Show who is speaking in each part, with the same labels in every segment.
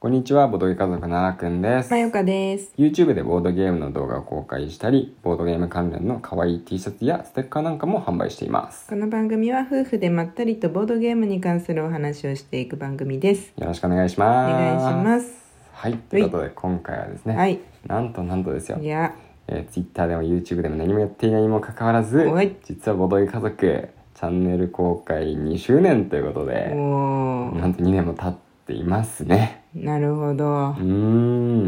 Speaker 1: こんにちは、ボードゲ家族のあーくんです。
Speaker 2: まよかです。
Speaker 1: YouTube でボードゲームの動画を公開したり、ボードゲーム関連の可愛い T シャツやステッカーなんかも販売しています。
Speaker 2: この番組は夫婦でまったりとボードゲームに関するお話をしていく番組です。
Speaker 1: よろしくお願いし
Speaker 2: お
Speaker 1: ます。
Speaker 2: 願いします。
Speaker 1: はい、ということで今回はですね、
Speaker 2: はい。
Speaker 1: なんとなんとですよ
Speaker 2: い、や、
Speaker 1: えー、Twitter でも YouTube でも何もやっていないにもかかわらず、
Speaker 2: はい
Speaker 1: 実はボードゲ家族チャンネル公開2周年ということで、
Speaker 2: おー
Speaker 1: なんと2年も経っていますね。
Speaker 2: なるほど
Speaker 1: うー。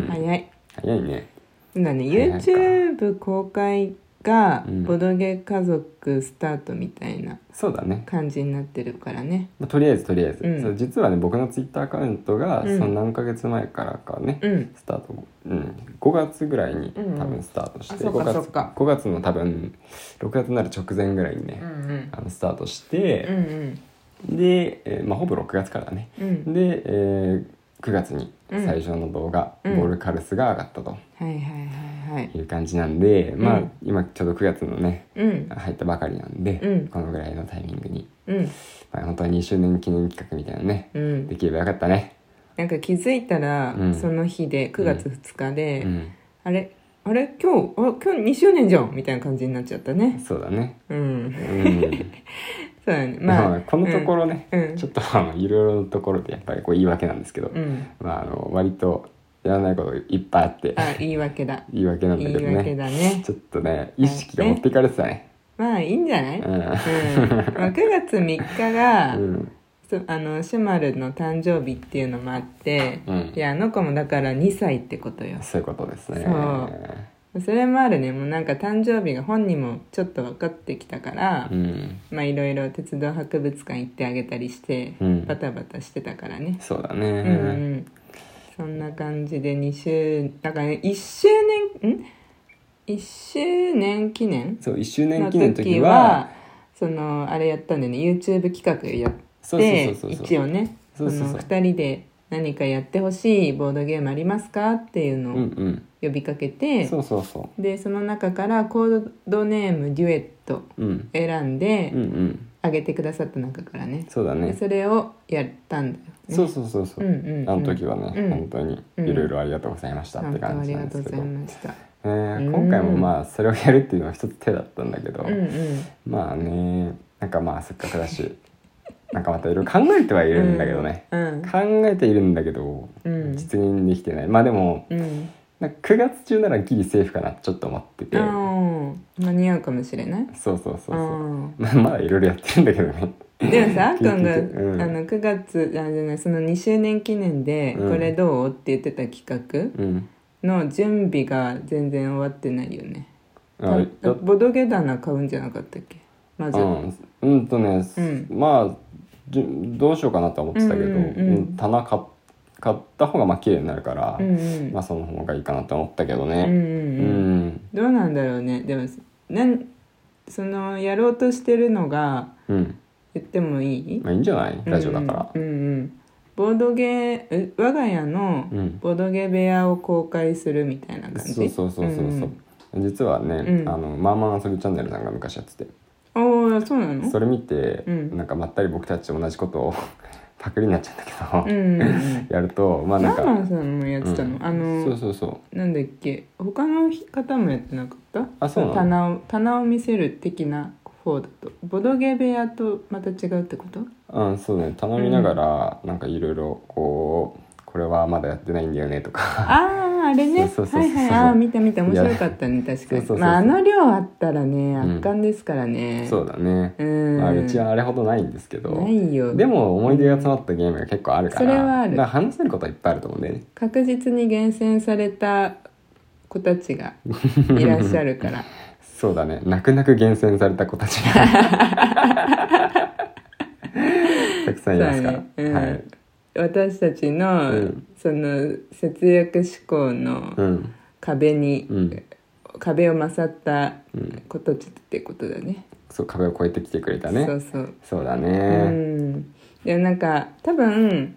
Speaker 1: ん、
Speaker 2: 早い。
Speaker 1: 早いね。
Speaker 2: そうだね、
Speaker 1: 早いか
Speaker 2: YouTube 公開が
Speaker 1: うん
Speaker 2: ボードゲー家族スタートみたいな
Speaker 1: そうだね。
Speaker 2: 感じになってるからね。
Speaker 1: まあとりあえずとりあえず、
Speaker 2: うん
Speaker 1: そう実はね僕の Twitter アカウントが、
Speaker 2: うん
Speaker 1: その何ヶ月前からかね、
Speaker 2: うん。
Speaker 1: スタート、うん、5月ぐらいに多
Speaker 2: うんうん
Speaker 1: 分スタートして、
Speaker 2: あそっか
Speaker 1: 5
Speaker 2: そっ
Speaker 1: 月
Speaker 2: か
Speaker 1: 5月の多分6月になる直前ぐらいにね、
Speaker 2: うんうん。
Speaker 1: あのスタートし
Speaker 2: うん
Speaker 1: て、
Speaker 2: うん。
Speaker 1: で、えーまあ、ほぼ6月からだね
Speaker 2: うん。
Speaker 1: で、えー9月に
Speaker 2: うん
Speaker 1: 最初の動画、
Speaker 2: うん
Speaker 1: ボールカルスが上がったと
Speaker 2: はいはいはいはい。
Speaker 1: いう感じなんで、まあ
Speaker 2: うん
Speaker 1: 今ちょうど9月のね
Speaker 2: うん。
Speaker 1: 入ったばかりなんで、
Speaker 2: うん
Speaker 1: このぐらいのタイミングに、
Speaker 2: うん。
Speaker 1: まあ、本当に2周年記念企画みたいなね
Speaker 2: うん
Speaker 1: で。きればよかったね、
Speaker 2: なんか気づいたら、
Speaker 1: うん
Speaker 2: その日で9月2日で、
Speaker 1: うん、
Speaker 2: あれあれ今日あ今日2周年じゃんみたいな感じになっちゃったね
Speaker 1: そうだ ね、
Speaker 2: うん
Speaker 1: うん、
Speaker 2: そうだねま
Speaker 1: ま
Speaker 2: あ
Speaker 1: あこのところね、
Speaker 2: うん
Speaker 1: ちょっとあのいろいろなところでやっぱりこう言い訳なんですけど、
Speaker 2: うん
Speaker 1: まああの割とやらないこといっぱいあって
Speaker 2: あ言い訳だ
Speaker 1: 言い訳なんだ
Speaker 2: 言
Speaker 1: けど
Speaker 2: い訳だね
Speaker 1: ちょっとね意識が持っていかれてたね。
Speaker 2: まあいいんじゃない、
Speaker 1: う
Speaker 2: うんんまあ、9月3日が、
Speaker 1: うん
Speaker 2: そあのシュマルの誕生日っていうのもあって、
Speaker 1: うん
Speaker 2: いやあの子もだから2歳ってことよ
Speaker 1: そういうことですね。
Speaker 2: そうそれもあるねもうなんか誕生日が本人もちょっと分かってきたから、
Speaker 1: うん、
Speaker 2: まあいろいろ鉄道博物館行ってあげたりして、
Speaker 1: うん
Speaker 2: バタバタしてたからね
Speaker 1: そうだ
Speaker 2: うん
Speaker 1: ね。
Speaker 2: うんそんな感じで2周だから1周年ん1周年記念
Speaker 1: そう一周年
Speaker 2: の
Speaker 1: 記念の
Speaker 2: 時
Speaker 1: 時
Speaker 2: は
Speaker 1: は、
Speaker 2: そのあれやったんだよね YouTube 企画やって
Speaker 1: そうそうそうそう
Speaker 2: 一応ね
Speaker 1: そうそうそう
Speaker 2: の2人で何かやってほしいボードゲームありますかっていう
Speaker 1: う
Speaker 2: のを
Speaker 1: ん
Speaker 2: 呼びかけ
Speaker 1: うん、
Speaker 2: て、
Speaker 1: そうそうそ
Speaker 2: でその中からコードネームデュエット
Speaker 1: う。うん、
Speaker 2: 選んで
Speaker 1: うんうん、
Speaker 2: あげてくださった中からね
Speaker 1: そうだ
Speaker 2: で
Speaker 1: ね。
Speaker 2: それをやったんだよね
Speaker 1: そうそうそうそう。
Speaker 2: うんうんうん
Speaker 1: あの時はね、
Speaker 2: うん
Speaker 1: 本当にいろいろありがとうございましたっ
Speaker 2: 本
Speaker 1: て
Speaker 2: 当
Speaker 1: 感
Speaker 2: あ
Speaker 1: じ
Speaker 2: り
Speaker 1: な
Speaker 2: が
Speaker 1: んで
Speaker 2: とう
Speaker 1: す
Speaker 2: ご
Speaker 1: け
Speaker 2: ざ
Speaker 1: ど、
Speaker 2: いました
Speaker 1: えー
Speaker 2: うん
Speaker 1: 今回もまあそれをやるっていうのは一つ手だったんだけど、
Speaker 2: うんうん
Speaker 1: まあねなんかまあせっかくだし なんかまたいろいろ考えてはいるんだけどね、
Speaker 2: うん
Speaker 1: 考えているんだけど、
Speaker 2: うん
Speaker 1: 実現できてないまあでも
Speaker 2: うん
Speaker 1: なんか9月中ならギリセーフかなってちょっと思ってて、
Speaker 2: うん間に合うかもしれない
Speaker 1: そうそうそうそ
Speaker 2: う
Speaker 1: う、
Speaker 2: ん
Speaker 1: まあまだいろいろやってるんだけどね
Speaker 2: でもさあっくん が、
Speaker 1: 聞いてうん
Speaker 2: あの9月あじゃないその2周年記念で
Speaker 1: うん
Speaker 2: これどうって言ってた企
Speaker 1: うん
Speaker 2: 画の準備が全然終わってないよね、
Speaker 1: あ
Speaker 2: た
Speaker 1: だ
Speaker 2: ボドゲ棚買うんじゃなかったっけまず、
Speaker 1: うん、うんとね、
Speaker 2: うん
Speaker 1: まあじゅどうしようかなとは思ってたけど、
Speaker 2: うんうんうん
Speaker 1: うん棚買っ買った方がまあ綺麗になるから、
Speaker 2: うんうん
Speaker 1: まあその方がいいかなと思ったけど
Speaker 2: うんう
Speaker 1: ねうんん、
Speaker 2: うんどうなんだろうねでもなんそのやろうとしてるのが
Speaker 1: うん
Speaker 2: 言ってもいい
Speaker 1: まあいいんじゃないラジオだから
Speaker 2: うんうん、うんうんボードゲーえ我が家の
Speaker 1: うん
Speaker 2: ボードゲー部屋を公開するみたいな感じ
Speaker 1: そうそうそうそうそう、
Speaker 2: ん
Speaker 1: 実はね、
Speaker 2: うん
Speaker 1: あのまあまあ遊びチャンネルさんが昔やってて、
Speaker 2: うん、ああそうなの
Speaker 1: それ見て、
Speaker 2: うん
Speaker 1: なんかまったり僕たちと同じことを パクリになっちゃったけど、
Speaker 2: うんうんうん
Speaker 1: やると まあな
Speaker 2: マ
Speaker 1: んか
Speaker 2: マさんもやってたの、
Speaker 1: うん
Speaker 2: あ
Speaker 1: そう
Speaker 2: の
Speaker 1: そうそう
Speaker 2: なんだっけ他の方もやってなかった
Speaker 1: あそうなの
Speaker 2: 棚を棚を見せる的な方だとボドゲ部屋とまた違うってこと
Speaker 1: うんそうね頼みながら、なんかいろいろこうこれはまだやってないんだよねとか
Speaker 2: あああれね
Speaker 1: そうそうそう
Speaker 2: は
Speaker 1: そう
Speaker 2: いはいああ見た見た面白かったね確
Speaker 1: そうそ
Speaker 2: か
Speaker 1: うそうそう
Speaker 2: にまああの量あったらね
Speaker 1: ん
Speaker 2: 圧巻ですからね、
Speaker 1: そうだね、
Speaker 2: うん
Speaker 1: まあ、うちはあれほどないんですけど
Speaker 2: ないよ
Speaker 1: でも思い出が詰まったゲームが結構あるから
Speaker 2: それはある
Speaker 1: だから話せることはいっぱいあると思うんだよね
Speaker 2: 確実に厳選された子たち がいらっしゃるから
Speaker 1: そうだね泣く泣く厳選された子たち がたくさんいますから、
Speaker 2: そうだねうん
Speaker 1: はい、
Speaker 2: 私たちの、
Speaker 1: うん
Speaker 2: その節約志向の
Speaker 1: うん
Speaker 2: 壁に、
Speaker 1: うん
Speaker 2: 壁を勝った子たちってことだね,、
Speaker 1: そう壁を越えてきてくれたね
Speaker 2: そ
Speaker 1: そう
Speaker 2: うそう
Speaker 1: だ
Speaker 2: う
Speaker 1: ね
Speaker 2: んでもなんか多分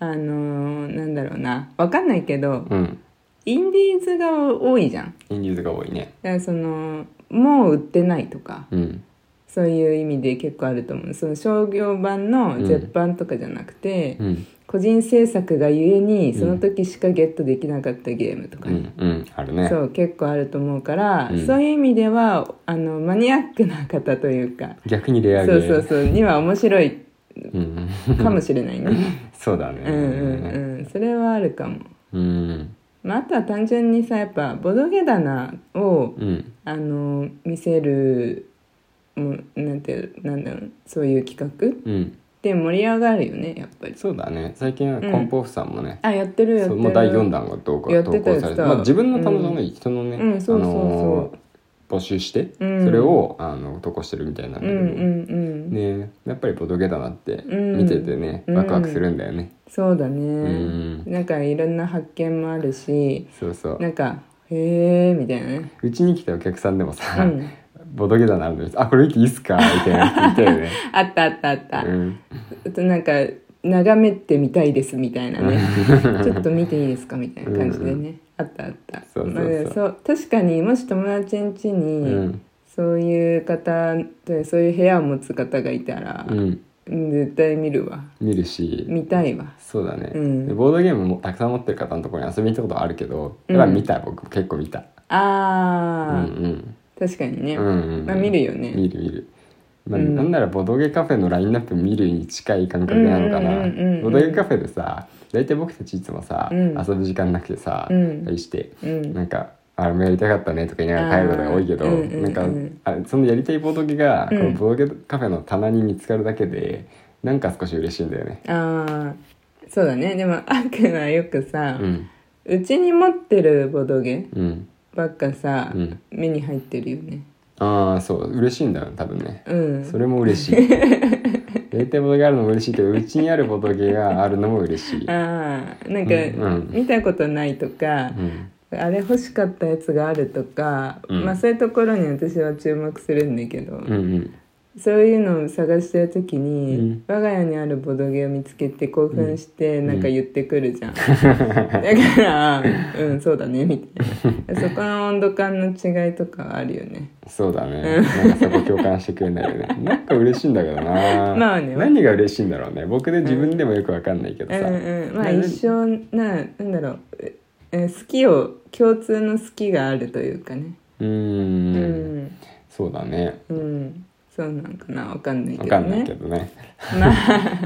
Speaker 2: あのーなんだろうなわかんないけど
Speaker 1: うん、
Speaker 2: インディーズが多いじゃん
Speaker 1: インディーズが多いね
Speaker 2: だからそのもう売ってないとか
Speaker 1: うん
Speaker 2: そういう意味で結構あると思うその商業版の絶版とかじゃなくて、
Speaker 1: うん
Speaker 2: 個人制作がゆえに
Speaker 1: うん
Speaker 2: その時しかゲットできなかったゲームとか
Speaker 1: う
Speaker 2: ね、
Speaker 1: んうんあるね
Speaker 2: そう結構あると思うから、
Speaker 1: うん
Speaker 2: そういう意味ではあのマニアックな方というか
Speaker 1: 逆にレアゲ
Speaker 2: そ
Speaker 1: ー
Speaker 2: うそうそうには面白い
Speaker 1: うん、
Speaker 2: かもしれないね
Speaker 1: そうだね
Speaker 2: うんうんうんそれはあるかも、
Speaker 1: うん
Speaker 2: まあ、あとは単純にさやっぱボドゲ棚を
Speaker 1: うん
Speaker 2: あの見せるもうなんていうなんだろうそういう企画っ
Speaker 1: うん
Speaker 2: て盛り上がるよねやっぱり
Speaker 1: そうだね最近は
Speaker 2: うん
Speaker 1: コンポフさんもね、
Speaker 2: あやってるやっ
Speaker 1: そ
Speaker 2: て
Speaker 1: う
Speaker 2: る
Speaker 1: もう第4弾が動画
Speaker 2: やっ
Speaker 1: 投
Speaker 2: てた
Speaker 1: 稿
Speaker 2: やつ
Speaker 1: されて、
Speaker 2: だ
Speaker 1: まあ、自分のためのね、人のね、
Speaker 2: うんそうそうそう
Speaker 1: あのー募集して、
Speaker 2: うん
Speaker 1: それをあの投稿してるみたいなんだ
Speaker 2: う
Speaker 1: け
Speaker 2: ん
Speaker 1: ど、
Speaker 2: うんうん、
Speaker 1: ねやっぱりボドゲだなって
Speaker 2: うん
Speaker 1: 見ててね、
Speaker 2: うん
Speaker 1: ワクワクするんだよね、
Speaker 2: そうだ
Speaker 1: う
Speaker 2: ね
Speaker 1: ん
Speaker 2: なんかいろんな発見もあるし
Speaker 1: そうそう
Speaker 2: なんかへえみたいなね
Speaker 1: うちに来たお客さんでもさ、
Speaker 2: うん
Speaker 1: ボドゲだなるのにあこれ見ていいっすか?」みたいな言ったよね、
Speaker 2: あったあ ったあった、
Speaker 1: うん、
Speaker 2: あとなんか眺めてみた いですみたいなねちょっと見ていいですかみたいな感じでね、
Speaker 1: うん
Speaker 2: あったあった
Speaker 1: そうそうそう
Speaker 2: まあでもそう確かにもし友達ん家
Speaker 1: う
Speaker 2: に、
Speaker 1: ん
Speaker 2: そういう方でそういう部屋を持つ方がいたら、
Speaker 1: うん、
Speaker 2: うん絶対見るわ
Speaker 1: 見るし
Speaker 2: 見たいわ
Speaker 1: そうだね、
Speaker 2: うん
Speaker 1: でボードゲームもたくさん持ってる方のところに遊びに行ったことあるけどやっぱり見た、僕結構見たうん
Speaker 2: あー、
Speaker 1: うん
Speaker 2: 確かにね、
Speaker 1: うんうんうん
Speaker 2: まあ、見るよね
Speaker 1: 見る見る、まあ
Speaker 2: うん
Speaker 1: なんならボドゲカフェのラインナップ見るに近い感覚なのかな、
Speaker 2: うんうんうんうん
Speaker 1: ボドゲカフェでさ大体僕たちいつもさ、
Speaker 2: うん
Speaker 1: 遊ぶ時間なくてさ、
Speaker 2: うん
Speaker 1: 対して
Speaker 2: うん
Speaker 1: なんか「あれもやりたかったね」とか言いながら帰ることが多いけど、
Speaker 2: あーうんうんうん
Speaker 1: なんかあそのやりたいボドゲが、
Speaker 2: うん
Speaker 1: このボドゲカフェの棚に見つかるだけでなんか少し嬉しいんだよね。
Speaker 2: ああそうだねでもあっくんはよくさ
Speaker 1: うん
Speaker 2: うち、に持ってるボドゲ
Speaker 1: うん
Speaker 2: ばっかさ、
Speaker 1: うん
Speaker 2: 目に入ってるよね
Speaker 1: ああそう嬉しいんだよ多分ね
Speaker 2: うん
Speaker 1: それも嬉しい大体ボドゲあるのも嬉しいけどうちにあるボドゲがあるのも嬉しい
Speaker 2: ああなん
Speaker 1: う
Speaker 2: か、
Speaker 1: んうん
Speaker 2: 見たことないとか
Speaker 1: う、ん
Speaker 2: あれ欲しかったやつがあるとか、
Speaker 1: うん
Speaker 2: まあそういうところに私は注目するんだけど、
Speaker 1: うんうん
Speaker 2: そういうのを探してる時に、
Speaker 1: うん
Speaker 2: 我が家にあるボドゲを見つけて興奮して
Speaker 1: ん
Speaker 2: なんか言ってくるじ ゃん、だからうんそうだねみたいなそこの温度感の違いとかはあるよね
Speaker 1: そうだね。なんかそこ共感してくれないよ ね。なんか嬉しいんだけどな。
Speaker 2: まあね
Speaker 1: 何が嬉しいんだろうね。僕で自分でもよくわかんないけ
Speaker 2: う
Speaker 1: ど
Speaker 2: ん
Speaker 1: さ。
Speaker 2: うんまあ
Speaker 1: 何
Speaker 2: 一生ななんだろうええ好きを共通の好きがあるというかね
Speaker 1: うー。
Speaker 2: うんん
Speaker 1: そうだね。
Speaker 2: うん、そうなんかなわかんない
Speaker 1: わ
Speaker 2: け
Speaker 1: か
Speaker 2: ど
Speaker 1: んない
Speaker 2: ね
Speaker 1: けどね。
Speaker 2: ま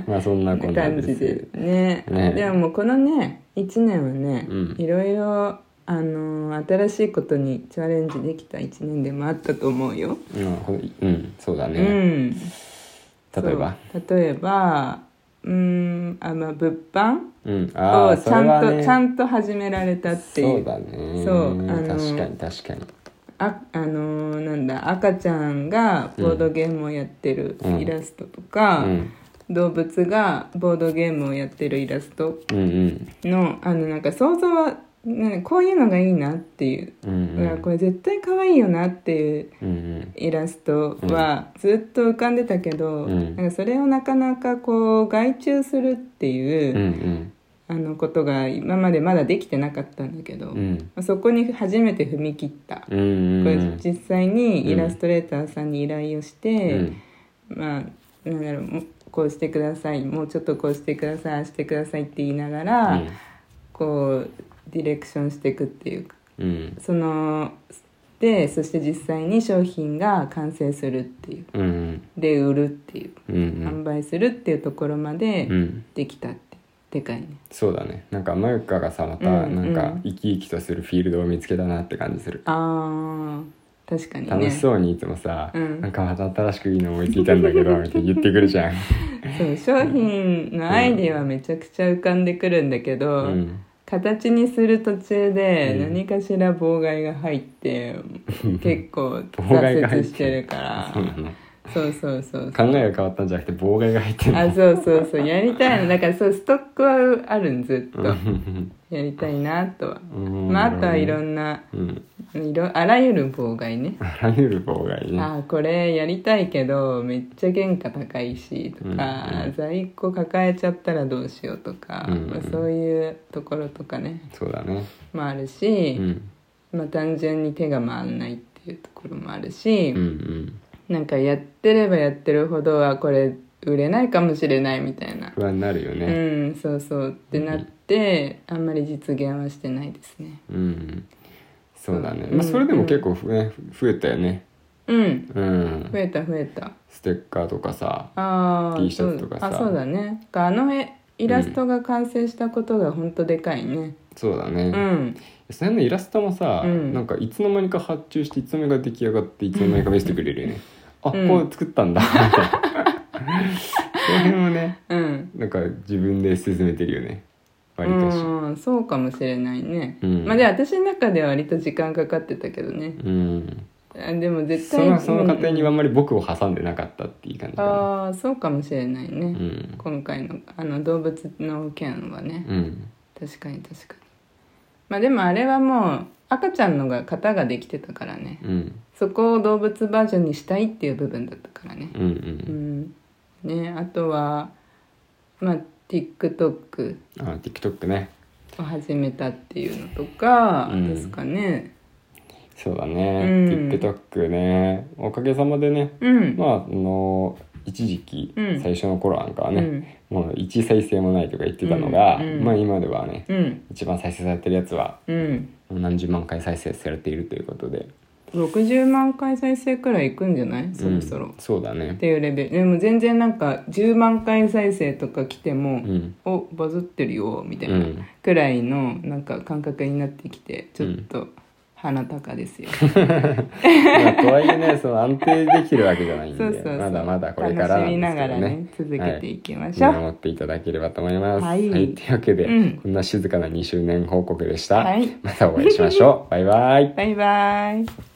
Speaker 1: まあそんな こ
Speaker 2: なん
Speaker 1: な
Speaker 2: 感じ
Speaker 1: です。
Speaker 2: でね
Speaker 1: ね
Speaker 2: でももうこのね1年はね、
Speaker 1: うん
Speaker 2: いろいろあのー新しいことにチャレンジできた1年でもあったと思うよ。
Speaker 1: うんほい、うん、そうだ
Speaker 2: う
Speaker 1: ね。
Speaker 2: ん、
Speaker 1: 例えば。
Speaker 2: そう例えばうーんあまあ物販
Speaker 1: うん。あ
Speaker 2: を
Speaker 1: あ、
Speaker 2: ち
Speaker 1: そ
Speaker 2: ゃ
Speaker 1: れ
Speaker 2: ん
Speaker 1: は
Speaker 2: と、
Speaker 1: ね。
Speaker 2: ちゃんと始められたってい
Speaker 1: そう
Speaker 2: う
Speaker 1: だね。
Speaker 2: そうあの
Speaker 1: 確かに確かに。
Speaker 2: ああのーなんだ赤ちゃんがボードゲームをやってる
Speaker 1: うん
Speaker 2: イラストとか、
Speaker 1: うん。
Speaker 2: 動物がボードゲームをやってるイラスト
Speaker 1: うんうん。
Speaker 2: のあのなんか想像はねこういうのがいいなっていう、
Speaker 1: うん
Speaker 2: うわこれ絶対可愛いよなっていう
Speaker 1: うん。うん
Speaker 2: イラストはずっと浮かんでたけど、
Speaker 1: うん
Speaker 2: なんかそれをなかなかこう外注するってい
Speaker 1: うん。う
Speaker 2: う、
Speaker 1: ん
Speaker 2: あのことが今までまだできてなかったんだけど、
Speaker 1: うん。うん
Speaker 2: そこに初めて踏み切った、
Speaker 1: うんうん
Speaker 2: こ
Speaker 1: う
Speaker 2: れ
Speaker 1: ん。
Speaker 2: 実際にイラストレーターさんに依頼をして、
Speaker 1: うん
Speaker 2: まあなんだろうもうこうしてくださいもうちょっとこうしてくださいああしてくださいって言いながら、こうディレクションしていくっていうか
Speaker 1: うん。
Speaker 2: そのでそして実際に商品が完成するっていう
Speaker 1: うんうん。
Speaker 2: で売るっていう
Speaker 1: うんうん。
Speaker 2: 販売するっていうところまで
Speaker 1: うん。
Speaker 2: できたってでかいね
Speaker 1: そうだねなんかマユカがさまた
Speaker 2: うん
Speaker 1: なん
Speaker 2: う
Speaker 1: か
Speaker 2: ん
Speaker 1: 生き生きとするフィールドを見つけたなって感じする、
Speaker 2: あー確かにね
Speaker 1: 楽しそうにいつもさ、
Speaker 2: うん
Speaker 1: なんかまた新しくいいの思いついたんだけどみたいに言ってくるじゃん、
Speaker 2: そう商品のアイディアはめちゃくちゃ浮かんでくるんだけ
Speaker 1: う
Speaker 2: ど、
Speaker 1: ん、
Speaker 2: 形にする途中で
Speaker 1: うん
Speaker 2: 何かしら妨害が入って、結構
Speaker 1: 妨害が
Speaker 2: 挫
Speaker 1: 入ってる
Speaker 2: 折してるから
Speaker 1: そうなの
Speaker 2: そうそうそう
Speaker 1: 考えが変わったんじゃなくて妨害が入ってる
Speaker 2: あそうそうそうやりたいのだからそうストックはあるんずっとやりたいなとは、
Speaker 1: うん
Speaker 2: まあ、あとはいろ
Speaker 1: な、
Speaker 2: んな
Speaker 1: うん、
Speaker 2: いろあらゆる妨害ね
Speaker 1: あらゆる妨害ね
Speaker 2: あーこれやりたいけどめっちゃ原価高いしとか、
Speaker 1: うんうん
Speaker 2: 在庫抱えちゃったらどうしようとか、
Speaker 1: うんうん
Speaker 2: まあ、そういうところとかね
Speaker 1: そうだね
Speaker 2: もある
Speaker 1: う
Speaker 2: し、
Speaker 1: ん
Speaker 2: まあ、単純に手が回んないっていうところもあるし、
Speaker 1: うん
Speaker 2: なんかやってればやってるほどはこれ売れないかもしれないみたいな、
Speaker 1: 不安になるよ
Speaker 2: う
Speaker 1: ね
Speaker 2: んそうそうってなって、あんまり実現はしてないですね
Speaker 1: うん、そうだね、
Speaker 2: うん
Speaker 1: まあ、それでも結構ふ、ね、増えたよね
Speaker 2: うん
Speaker 1: うん
Speaker 2: 増えた増えた
Speaker 1: ステッカーとかさ
Speaker 2: ああ
Speaker 1: T シャツとかさ
Speaker 2: あそうだねあのえイラストが完成したことが本当でかいね
Speaker 1: そうだね、
Speaker 2: うん
Speaker 1: その辺のイラストもさ、
Speaker 2: うん
Speaker 1: なんかいつの間にか発注していつの間にか出来上がっていつの間にか見せてくれるよねあ、
Speaker 2: うん
Speaker 1: こう作ったんだみたいなその辺もね
Speaker 2: うん
Speaker 1: なんか自分で進めてるよね割かし
Speaker 2: うんそうかもしれないね、
Speaker 1: うん
Speaker 2: まあで私の中では割と時間かかってたけどね
Speaker 1: うん
Speaker 2: あでも絶
Speaker 1: そ
Speaker 2: 対
Speaker 1: のその過程に
Speaker 2: うん
Speaker 1: はあんまり僕を挟んでなかったっていう感じかな
Speaker 2: ああそうかもしれない
Speaker 1: う
Speaker 2: ね、
Speaker 1: ん
Speaker 2: 今回のあの動物の件はね、
Speaker 1: うん
Speaker 2: 確かに確かにまあでもあれはもう赤ちゃんのが型ができてたからね
Speaker 1: うん
Speaker 2: そこを動物バージョンにしたいっていう部分だったからね
Speaker 1: うんう
Speaker 2: うんんねあとはまあ TikTok
Speaker 1: あ TikTok ね
Speaker 2: を始めたっていうのとか
Speaker 1: うん
Speaker 2: ですかね
Speaker 1: そうだね、
Speaker 2: うん
Speaker 1: TikTok ねおかげさまでね
Speaker 2: うん、
Speaker 1: まああの一時期、
Speaker 2: うん
Speaker 1: 最初の頃なんかは
Speaker 2: う
Speaker 1: ね、
Speaker 2: ん
Speaker 1: もう1再生もないとか言ってたのが、
Speaker 2: うんうん
Speaker 1: まあ今ではね
Speaker 2: うん
Speaker 1: 一番再生されてるやつは
Speaker 2: うん
Speaker 1: もう何十万回再生されているということで
Speaker 2: 60万回再生くらいいくんじゃないそろそろ、
Speaker 1: うん
Speaker 2: っ
Speaker 1: そうだね
Speaker 2: ていうレベルでも全然なんか10万回再生とか来て
Speaker 1: う
Speaker 2: も、
Speaker 1: ん
Speaker 2: おバズってるよみたいうなんくらいのなんか感覚になってきてちょっと鼻高ですよ、
Speaker 1: まあとはいえ ねその安定できるわけじゃないんで
Speaker 2: そうそうそう
Speaker 1: まだまだこれからな
Speaker 2: 楽しみ
Speaker 1: んで
Speaker 2: な
Speaker 1: すけ
Speaker 2: がら
Speaker 1: ど
Speaker 2: ね
Speaker 1: ね
Speaker 2: 続けていきま
Speaker 1: 見
Speaker 2: しょうは
Speaker 1: 守っていただければと思います。
Speaker 2: はい
Speaker 1: というわけで、
Speaker 2: うん
Speaker 1: こんな静かな2周年報告でした。
Speaker 2: い、
Speaker 1: またお会いしましょう。バイバイ。
Speaker 2: バイバイ